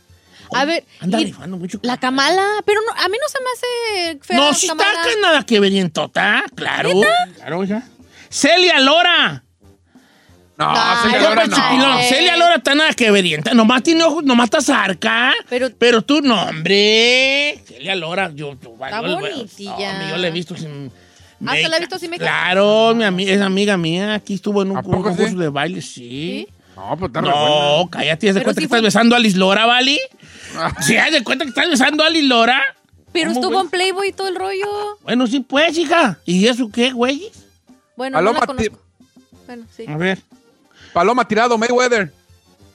Speaker 2: A ver,
Speaker 1: Anda
Speaker 2: y
Speaker 1: rifando mucho.
Speaker 2: la Kamala, pero no- a mí no se me hace fea
Speaker 1: no, si está
Speaker 2: Kamala.
Speaker 1: acá nada que verientota, tota, claro. Claro, hija. Celia Lora.
Speaker 3: No,
Speaker 2: No,
Speaker 3: señor,
Speaker 2: yo
Speaker 3: ahora
Speaker 1: pues
Speaker 2: pensé-
Speaker 3: no.
Speaker 1: No, Celia Lora está nada que verienta. Nomás tiene ojos, nomás está zarca. Pero,
Speaker 2: Pero-
Speaker 1: tú, no, hombre. Celia Lora, yo. yo-
Speaker 2: Está
Speaker 1: yo-
Speaker 2: bonitilla.
Speaker 1: hombre, yo la he visto sin.
Speaker 2: Ah, ¿se la
Speaker 1: make-up.
Speaker 2: ha visto sin make-up?
Speaker 1: Claro, mi ami- es amiga mía. Aquí estuvo en un,
Speaker 3: ¿A poco
Speaker 1: un concurso
Speaker 3: sí?
Speaker 1: de baile, sí.
Speaker 3: No, pues está re
Speaker 1: No, cállate, ¿te das
Speaker 2: Pero
Speaker 1: cuenta
Speaker 2: sí
Speaker 1: que estás
Speaker 2: fue-
Speaker 1: besando a Liz Lora, Vali?
Speaker 3: buena.
Speaker 1: ¿Se das cuenta que estás besando a Liz Lora?
Speaker 2: Pero
Speaker 1: ¿Cómo,
Speaker 2: estuvo
Speaker 1: güey?
Speaker 2: en Playboy y todo el rollo.
Speaker 1: Bueno, sí, pues, hija. ¿Y eso qué, güey?
Speaker 2: Bueno, no
Speaker 3: Paloma,
Speaker 2: la
Speaker 3: ti-
Speaker 2: conozco. Bueno, sí.
Speaker 1: A ver.
Speaker 3: Paloma tirado, Mayweather.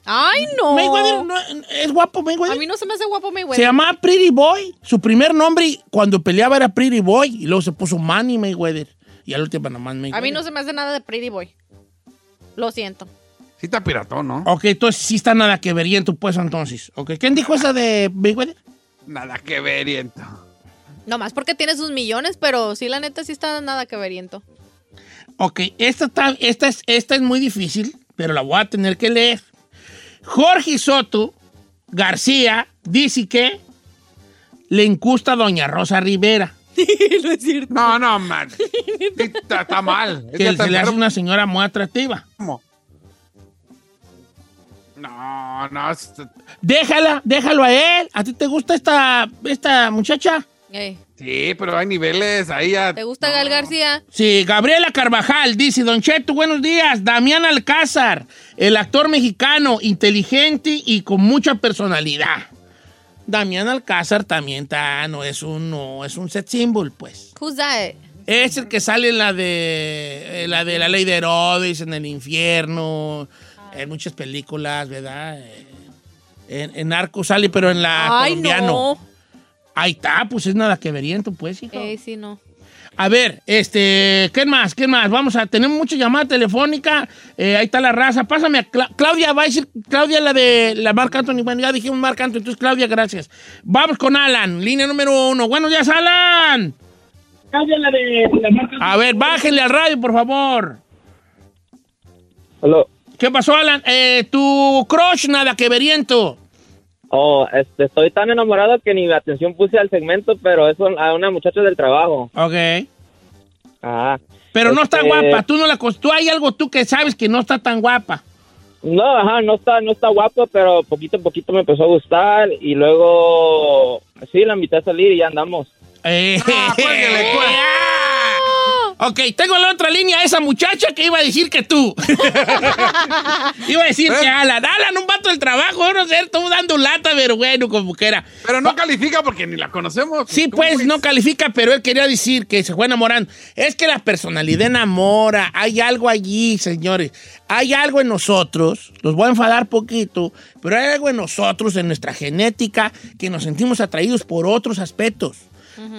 Speaker 2: Ay, no.
Speaker 1: Mayweather no- es guapo, Mayweather.
Speaker 2: Oh. A mí no se me hace guapo Mayweather.
Speaker 1: Se llamaba Pretty Boy. Su primer nombre cuando peleaba era Pretty Boy. Y luego se puso Manny Mayweather. Y al último nada más Mayweather.
Speaker 2: A mí no se me hace nada de Pretty Boy. Lo siento.
Speaker 3: Sí está piratón, ¿no?
Speaker 1: Ok, entonces sí está nada que ver en tu puesto entonces. Ok, ¿quién dijo esa de Mayweather?
Speaker 3: Nada que veriento.
Speaker 2: Nomás porque tiene sus millones, pero sí, la neta, sí está nada que veriento.
Speaker 1: Ok, esta, está- esta, es, esta es muy difícil, pero la voy a tener que leer. Jorge Soto García dice que le incusta a Doña Rosa Rivera.
Speaker 2: no es cierto.
Speaker 3: No, no, man. Sí, Está, está mal.
Speaker 1: Que
Speaker 3: Está
Speaker 1: se le hace
Speaker 3: enfermo.
Speaker 1: una señora muy atractiva.
Speaker 3: No, no. está-
Speaker 1: Déjala, déjalo a él. ¿A ti te gusta esta, esta muchacha?
Speaker 2: Ey,
Speaker 3: Sí, pero hay niveles, ahí ya.
Speaker 2: ¿Te gusta Gal García?
Speaker 1: Sí, Gabriela Carvajal dice, Don Cheto, buenos días. Damián Alcázar, el actor mexicano, inteligente y con mucha personalidad. Damián Alcázar también está, no es un, no, es un set symbol, pues.
Speaker 2: Who's that?
Speaker 1: Es el que sale en la de, eh, la de la ley de Herodes, en el infierno, en muchas películas, ¿verdad? Eh, En, en Narcos sale, pero en la
Speaker 2: Ay,
Speaker 1: colombiano.
Speaker 2: no.
Speaker 1: Ahí está, pues es nada que veriento, pues, hijo.
Speaker 2: Eh, sí, no.
Speaker 1: A ver, este, ¿qué más? ¿Qué más? Vamos a tener mucha llamada telefónica. Eh, ahí está la raza. Pásame a Cla- Claudia, va a decir Claudia la de la Marc Anthony. Bueno, ya dijimos Marc Anthony, entonces Claudia, gracias. Vamos con Alan, línea número uno. Buenos días, Alan.
Speaker 12: la de
Speaker 1: A ver, bájenle al radio, por favor.
Speaker 13: Hola.
Speaker 1: ¿Qué pasó, Alan? Eh, tu crush, nada que veriento.
Speaker 13: Oh, este, estoy tan enamorado que ni atención puse al segmento, pero es un- a una muchacha del trabajo.
Speaker 1: Ok.
Speaker 13: Ah.
Speaker 1: Pero no está
Speaker 13: Este,
Speaker 1: guapa. Tú no la cons- tú hay algo tú que sabes que no está tan guapa.
Speaker 13: No, ajá, no está, no está guapa, pero poquito a poquito me empezó a gustar y luego sí la invité a salir y ya andamos.
Speaker 1: Eh, Ah. Ok, tengo la otra línea, esa muchacha que iba a decir que tú. iba a decir que Alan. Alan, un vato del trabajo, no sé, estamos dando lata, pero bueno, como que era.
Speaker 3: Pero no califica porque ni la conocemos.
Speaker 1: Sí, pues, no califica, pero él quería decir que se fue enamorando. Es que la personalidad enamora. Hay algo allí, señores. Hay algo en nosotros. Los voy a enfadar poquito, pero hay algo en nosotros, en nuestra genética, que nos sentimos atraídos por otros aspectos.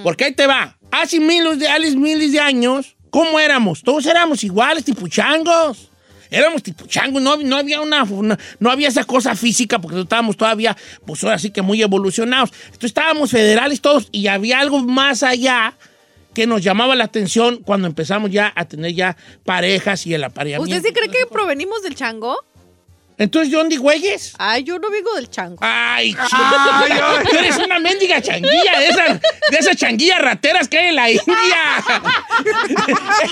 Speaker 1: Porque ahí te va. Hace miles de, hace miles de años, ¿cómo éramos? Todos éramos iguales, tipuchangos. Éramos tipuchangos, no, no había una, una- no había esa cosa física porque estábamos todavía, pues ahora sí que muy evolucionados. Entonces estábamos federales todos y había algo más allá que nos llamaba la atención cuando empezamos ya a tener ya parejas y el apareamiento.
Speaker 2: ¿Usted sí cree que provenimos del chango?
Speaker 1: Entonces, ¿de dónde güeyes?
Speaker 2: Ay, yo no vengo del chango.
Speaker 1: Ay, Tú eres una mendiga changuilla de esas, de esas changuillas rateras que hay en la India.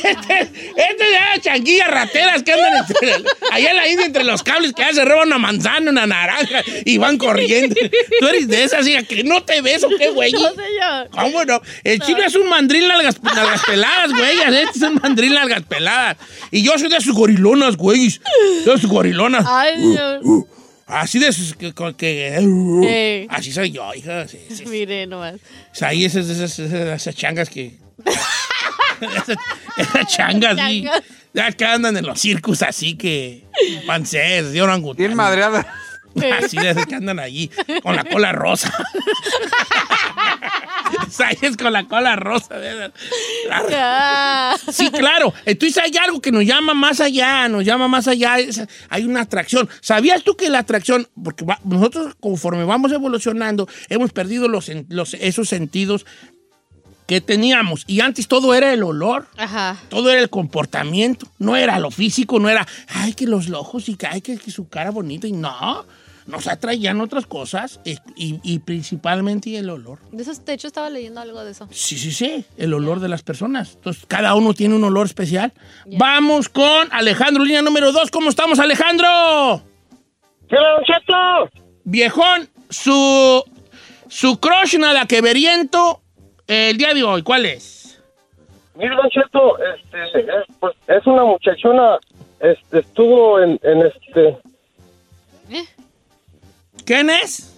Speaker 1: Este, este de esas changuillas rateras que andan entre, allá en la India entre los cables que se roban una manzana, una naranja y van corriendo. Tú eres de esas, hija, que no te ves o qué, güey.
Speaker 2: No, señor.
Speaker 1: ¿Cómo no? El chino es un mandril nalgas, nalgas peladas, güey. Este es un mandril nalgas peladas. Y yo soy de sus gorilonas, güey. De sus gorilonas.
Speaker 2: Ay, señor.
Speaker 1: Así de sus que, con- que- uh,
Speaker 2: Ey.
Speaker 1: así soy yo, hija. sí.
Speaker 2: Mire nomás.
Speaker 1: O sea, ahí esas, esas, esas, esas changas que. esas, esas changas, sí.
Speaker 2: Changas.
Speaker 1: Ya que andan en los circos así que. Pancés, de orangután. Bien madreada. Así de esas que andan allí, con la cola rosa. O sea, ahí es con la cola rosa. de esas.
Speaker 2: Ya.
Speaker 1: Sí, claro. Entonces hay algo que nos llama más allá, nos llama más allá. Es- hay una atracción. ¿Sabías tú que la atracción, porque va- nosotros conforme vamos evolucionando, hemos perdido los, sen- los- esos sentidos que teníamos? Y antes todo era el olor.
Speaker 2: Ajá.
Speaker 1: Todo era el comportamiento, no era lo físico, no era, ay, que los ojos y que, ay, que, que su cara bonita. Y no, nos atraían otras cosas eh, y, y principalmente el olor.
Speaker 2: De esos techos estaba leyendo algo de eso.
Speaker 1: Sí, sí, sí, el olor de las personas. Entonces, cada uno tiene un olor especial. Vamos con Alejandro, línea número dos. ¿Cómo estamos, Alejandro? Viejón, su, su crush nada que veriento eh, el día de hoy, ¿cuál es?
Speaker 14: Mira, Don Cheto, este, es, pues, es una muchachona, este, estuvo en, en este...
Speaker 2: ¿Eh?
Speaker 1: ¿Quién es?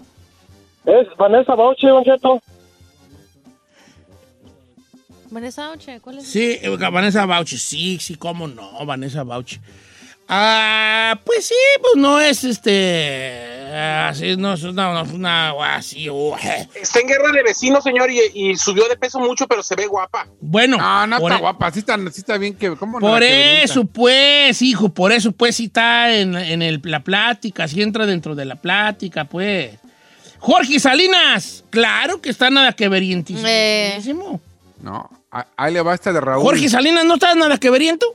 Speaker 14: Es Vanessa Bauche, Don Cheto.
Speaker 2: Vanessa Oche, ¿cuál es?
Speaker 1: Sí, eh, Vanessa Bauchi. Sí, sí, cómo no, Vanessa Bauchi. Ah, pues sí, pues no es este. Así, no es una. no es una así, uh, eh.
Speaker 4: Está en guerra de vecinos, señor, y, y subió de peso mucho, pero se ve guapa.
Speaker 1: Bueno.
Speaker 3: No, no
Speaker 1: por
Speaker 3: está
Speaker 1: e-
Speaker 3: guapa. Sí está, sí está bien que. ¿cómo no
Speaker 1: Por
Speaker 3: la que
Speaker 1: eso, pues, hijo, por eso, pues, si está en, en el- la plática, si entra dentro de la plática, pues. Jorge Salinas, claro que está nada que verientísimo.
Speaker 2: Eh.
Speaker 3: No, a- ahí le va esta de Raúl.
Speaker 1: Jorge Salinas, ¿no está nada que veriento?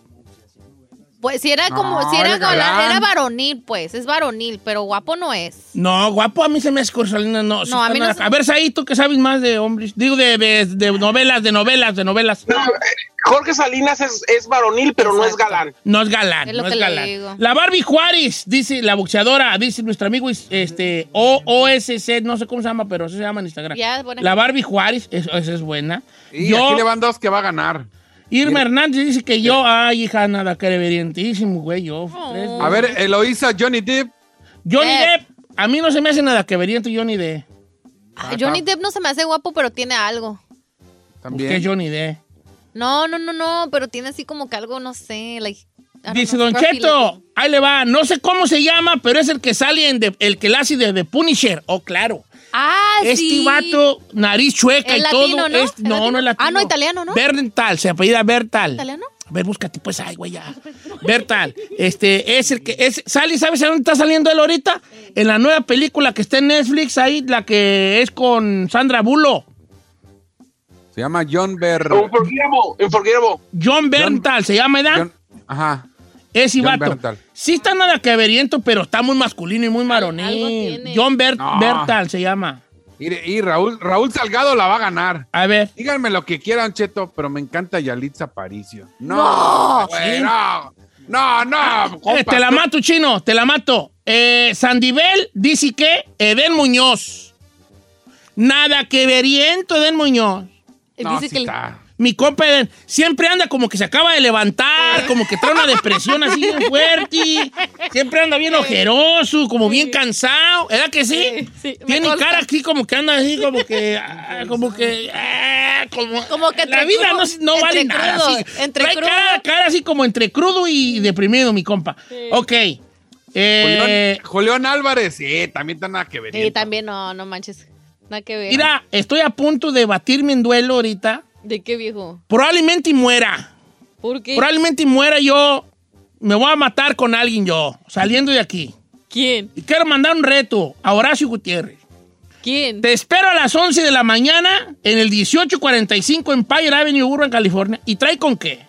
Speaker 2: Pues si era como,
Speaker 1: No,
Speaker 2: si era,
Speaker 1: era
Speaker 2: con la-
Speaker 1: Ah, galán.
Speaker 2: era varonil, pues, es varonil, pero guapo no es.
Speaker 1: No, guapo, a mí se me hace Corsalina, no. sí
Speaker 2: No, a
Speaker 1: está
Speaker 2: mí no
Speaker 1: nada-
Speaker 2: se-
Speaker 1: a ver, Saí, tú que sabes más de hombres. Digo, de, de- de novelas, de novelas, de novelas.
Speaker 11: Jorge Salinas es, es varonil, pero no es galán.
Speaker 1: No es galán,
Speaker 11: Es lo
Speaker 1: no es
Speaker 11: que le
Speaker 1: galán.
Speaker 11: digo.
Speaker 1: La Barbie Juárez, dice la boxeadora, dice nuestro amigo este, o OSC, no sé cómo se llama, pero así se llama en Instagram.
Speaker 2: Ya, buena
Speaker 1: La
Speaker 2: gente.
Speaker 1: Barbie Juárez, eso- esa es buena.
Speaker 3: Y aquí le van dos que va a ganar.
Speaker 1: Irma Hernández dice que yo, ay, hija, nada, que verientísimo, güey, yo. tres veces.
Speaker 3: A ver, Eloísa, Johnny Depp.
Speaker 1: Johnny Depp, a mí no se me hace nada que veriente Johnny Depp.
Speaker 2: Ah, Johnny Depp no se me hace guapo, pero tiene algo.
Speaker 1: También. ¿Qué Johnny Depp?
Speaker 2: No, no, no, no, pero tiene así como que algo, no sé, like, I don't
Speaker 1: Dice
Speaker 2: know,
Speaker 1: Don
Speaker 2: scruffy
Speaker 1: Cheto, ahí le va, no sé cómo se llama, pero es el que sale en The- el que la hace de The Punisher. Oh, claro.
Speaker 2: Ah,
Speaker 1: este
Speaker 2: sí.
Speaker 1: vato, nariz chueca
Speaker 2: Es
Speaker 1: y
Speaker 2: latino,
Speaker 1: todo.
Speaker 2: ¿no?
Speaker 1: es-
Speaker 2: ¿Es
Speaker 1: no, no es latino.
Speaker 2: Ah, no, italiano, ¿no?
Speaker 1: Bertal, se apellida Bertal.
Speaker 2: ¿Italiano?
Speaker 1: A ver, búscate, pues, ay, güey, ya. Bertal, este, es el que, es, sale, ¿sabes a dónde está saliendo él ahorita? En la nueva película que está en Netflix, ahí, la que es con Sandra Bullock.
Speaker 3: Se llama John Ber...
Speaker 1: John Bertal, se llama, ¿verdad?
Speaker 3: Ajá.
Speaker 1: Ese
Speaker 3: John
Speaker 1: vato.
Speaker 3: Bertal.
Speaker 1: Sí está nada que veriento, pero está muy masculino y muy maronil. John Ber-
Speaker 3: No.
Speaker 1: Bertal se llama.
Speaker 3: Y, y Raúl, Raúl Salgado la va a ganar.
Speaker 1: A ver.
Speaker 3: Díganme lo que quieran, Cheto, pero me encanta Yalitza Aparicio.
Speaker 1: No.
Speaker 3: No, güey, no. No, no,
Speaker 1: Eh,
Speaker 3: compa.
Speaker 1: te la mato, chino, te la mato. Eh, Sandivel dice que Eden Muñoz. Nada que veriento, Eden Muñoz.
Speaker 3: No, Dice sí que le- está.
Speaker 1: Mi compa Eden siempre anda como que se acaba de levantar, como que trae una depresión así bien fuerte. Siempre anda bien ojeroso, como bien cansado. ¿Era que sí? Tiene cara aquí como que anda así, como que. ah, como que. ah, como,
Speaker 2: que
Speaker 1: La
Speaker 2: entre
Speaker 1: vida no,
Speaker 2: crudo-
Speaker 1: no
Speaker 2: entre
Speaker 1: vale nada.
Speaker 2: crudo,
Speaker 1: sí.
Speaker 2: entre
Speaker 1: Trae
Speaker 2: crudo.
Speaker 1: Cara, cara así como entre crudo y deprimido, mi compa. Ok. Eh,
Speaker 3: Julián, Julián Álvarez, sí, también está nada que ver.
Speaker 2: Sí, Eh, también, no, no manches. Nada que ver.
Speaker 1: mira, estoy a punto de batirme en duelo ahorita.
Speaker 2: ¿De qué viejo?
Speaker 1: Probablemente y muera.
Speaker 2: ¿Por qué?
Speaker 1: Probablemente y muera yo. Me voy a matar con alguien yo, saliendo de aquí.
Speaker 2: ¿Quién?
Speaker 1: Y quiero mandar un reto a Horacio Gutiérrez.
Speaker 2: ¿Quién?
Speaker 1: Te espero a las 11 de la mañana en el 1845 Empire Avenue, Urban, California. ¿Y trae con qué?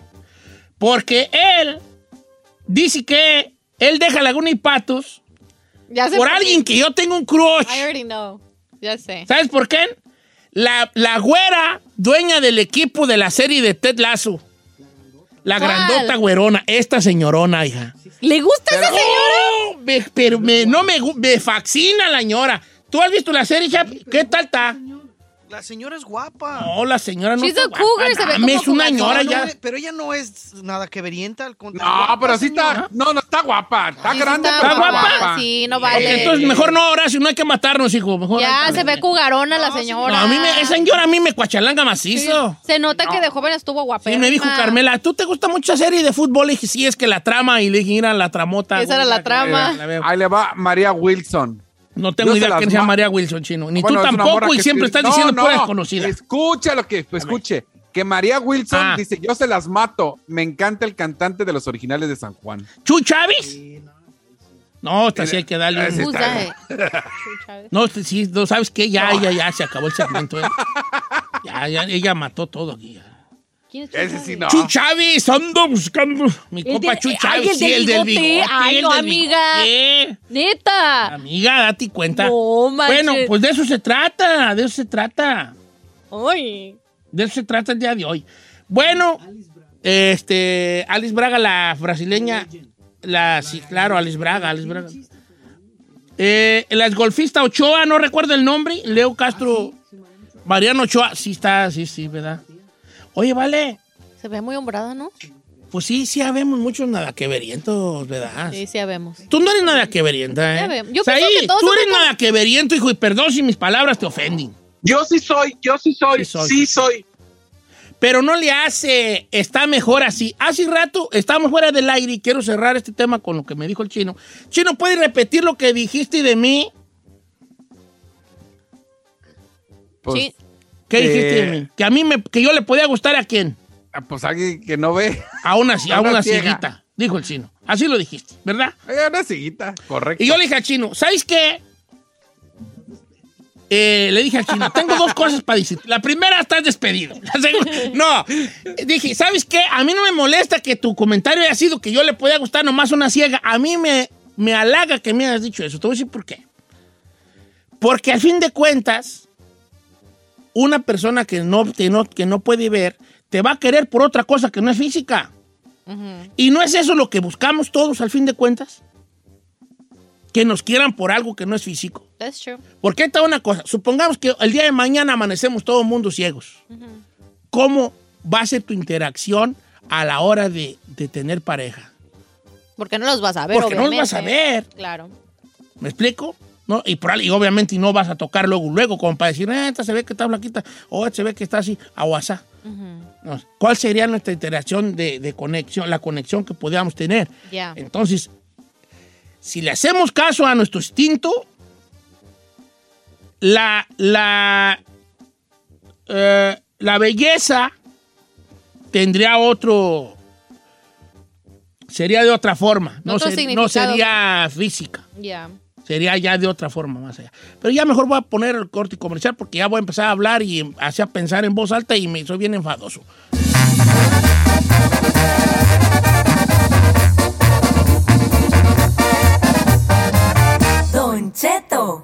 Speaker 1: Porque él dice que él deja Laguna y Patos
Speaker 2: Ya sé
Speaker 1: por
Speaker 2: qué.
Speaker 1: alguien que yo tengo un crush.
Speaker 2: I already know. Ya sé.
Speaker 1: ¿Sabes por qué? La, la güera, dueña del equipo de la serie de Ted Lasso. La
Speaker 2: ¿Cuál?
Speaker 1: grandota güerona, esta señorona, hija.
Speaker 2: ¿Le gusta esa
Speaker 1: señora? pero me, no me, gu- me fascina la señora. ¿Tú has visto la serie, Chapi? ¿Qué tal está?
Speaker 8: La señora es guapa.
Speaker 1: No, la señora no
Speaker 8: She's
Speaker 1: está
Speaker 8: a
Speaker 1: guapa,
Speaker 8: cougar, se ve
Speaker 1: dame,
Speaker 8: como
Speaker 1: es una
Speaker 8: jugadora,
Speaker 1: señora
Speaker 8: no
Speaker 1: ya.
Speaker 8: es- Pero ella no es nada que verienta, al contrario.
Speaker 3: No,
Speaker 8: guapa
Speaker 3: pero sí
Speaker 8: señora.
Speaker 3: está. No, no está guapa. Está
Speaker 8: Sí, sí
Speaker 3: grande.
Speaker 8: está
Speaker 3: pero
Speaker 8: guapa, sí, no vale.
Speaker 1: Ok, entonces mejor no, Horacio, no hay que matarnos, hijo. Mejor
Speaker 2: Eh. Ya,
Speaker 1: hay-
Speaker 2: se ve cugarona la señora.
Speaker 1: No, a mí me, esa señora a mí me cuachalanga macizo.
Speaker 2: Se nota que de joven estuvo guapa.
Speaker 1: Y me dijo Carmela, ¿tú te gusta mucho esa serie de fútbol? Y dije, sí, es que la trama. Y le dije, mira, la tramota.
Speaker 2: Esa era la
Speaker 3: Eh,
Speaker 2: trama.
Speaker 3: Ahí le va María Wilson.
Speaker 1: No tengo idea quién se llama María Wilson, chino. Ni tú tampoco, y siempre estás diciendo puras desconocida.
Speaker 3: Escucha lo que, pues, escuche. Que María Wilson
Speaker 1: Ah.
Speaker 3: dice, yo se las mato. Me encanta el cantante de los originales de San Juan.
Speaker 1: ¿Chu Chávez? No, esta sí hay que darle. un-
Speaker 2: pues,
Speaker 3: Ese
Speaker 2: eh.
Speaker 3: está-
Speaker 1: No, este sí, no, ¿sabes qué? Ya, ya, ya, se acabó el segmento. eh. Ya, ya, ella mató todo aquí.
Speaker 2: ¿Quién es
Speaker 3: Ese sí no.
Speaker 1: Chu Chávez, ando buscando. Mi
Speaker 2: El
Speaker 1: compa
Speaker 2: del-
Speaker 1: Chu
Speaker 2: ay,
Speaker 1: Chávez,
Speaker 2: el
Speaker 1: sí,
Speaker 2: del
Speaker 1: el del
Speaker 2: bigote.
Speaker 1: bigote.
Speaker 2: Ay,
Speaker 1: el
Speaker 2: no,
Speaker 1: del
Speaker 2: amiga.
Speaker 1: bigote.
Speaker 2: Neta.
Speaker 1: Amiga, date cuenta.
Speaker 2: No, manches.
Speaker 1: bueno, pues de eso se trata, de eso se trata.
Speaker 2: Ay.
Speaker 1: De eso se trata el día de hoy. Bueno, este, Alice Braga, la brasileña, la, sí, claro, Alice Braga, Alice Braga. Eh, la golfista Ochoa, no recuerdo el nombre, Leo Castro,
Speaker 2: Ah,
Speaker 1: Mariano Ochoa, sí está, sí, sí, ¿verdad? Oye, vale,
Speaker 2: Se ve muy hombrada, ¿no?
Speaker 1: pues sí, sí, habemos muchos nada que verientos, ¿verdad?
Speaker 2: Sí, sí, ya vemos.
Speaker 1: Tú no eres nada que verienta, ¿eh?
Speaker 2: Ya veo. Yo
Speaker 1: Saí,
Speaker 2: pienso que todos
Speaker 1: tú
Speaker 2: somos
Speaker 1: eres
Speaker 2: como-
Speaker 1: nada que veriento, hijo, y perdón si mis palabras te ofenden.
Speaker 11: Yo sí soy, yo sí soy, sí soy.
Speaker 1: Pero no le hace, está mejor así. Hace rato estamos fuera del aire y quiero cerrar este tema con lo que me dijo el chino. Chino, ¿puedes repetir lo que dijiste de mí?
Speaker 3: Pues,
Speaker 1: Sí.
Speaker 11: Eh,
Speaker 1: ¿Qué dijiste de mí? Que a mí me, que yo le podía gustar a quién.
Speaker 3: Ah, Pues alguien que no ve.
Speaker 1: A una, ci- a
Speaker 3: Una
Speaker 1: una
Speaker 3: ciega.
Speaker 1: cieguita, dijo el chino. Así lo dijiste, ¿verdad?
Speaker 3: A una cieguita, correcto.
Speaker 1: Y yo le dije al chino, ¿sabes qué? eh, le dije al chino, tengo dos cosas para decirte. La primera, estás despedido. La segunda, no. Dije, ¿sabes qué? A mí no me molesta que tu comentario haya sido que yo le podía gustar nomás una ciega. A mí me, me halaga que me hayas dicho eso. Te voy a decir por qué. Porque al fin de cuentas, una persona que no, que no, que no puede ver, te va a querer por otra cosa que no es física. ¿Y no es eso lo que buscamos todos al fin de cuentas? Que nos quieran por algo que no es físico.
Speaker 2: That's true.
Speaker 1: Porque está una cosa. Supongamos que el día de mañana amanecemos todo el mundo ciegos. ¿Cómo va a ser tu interacción a la hora de, de tener pareja?
Speaker 2: Porque no los vas a ver,
Speaker 1: Porque no los vas a
Speaker 2: obviamente. Claro.
Speaker 1: ¿Me explico? ¿No? Y, por- y obviamente no vas a tocar luego, luego, como para decir, "Ah, esta se ve que está blanquita, o esta se ve que está así, aguasá. No, ¿Cuál sería nuestra interacción de, de conexión, la conexión que podíamos tener?
Speaker 9: Ya.
Speaker 1: Entonces, si le hacemos caso a nuestro instinto, la, la, eh, la belleza tendría otro, sería de otra forma, no,
Speaker 2: Otro
Speaker 1: ser- no
Speaker 2: significado.
Speaker 1: sería física,
Speaker 2: Ya.
Speaker 1: sería ya de otra forma más allá. Pero ya mejor voy a poner el corte comercial porque ya voy a empezar a hablar y hacia pensar en voz alta y me soy bien enfadoso.
Speaker 5: Don Cheto.